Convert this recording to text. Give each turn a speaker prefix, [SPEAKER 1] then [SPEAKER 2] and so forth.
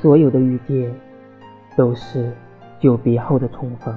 [SPEAKER 1] 所有的遇见，都是久别后的重逢。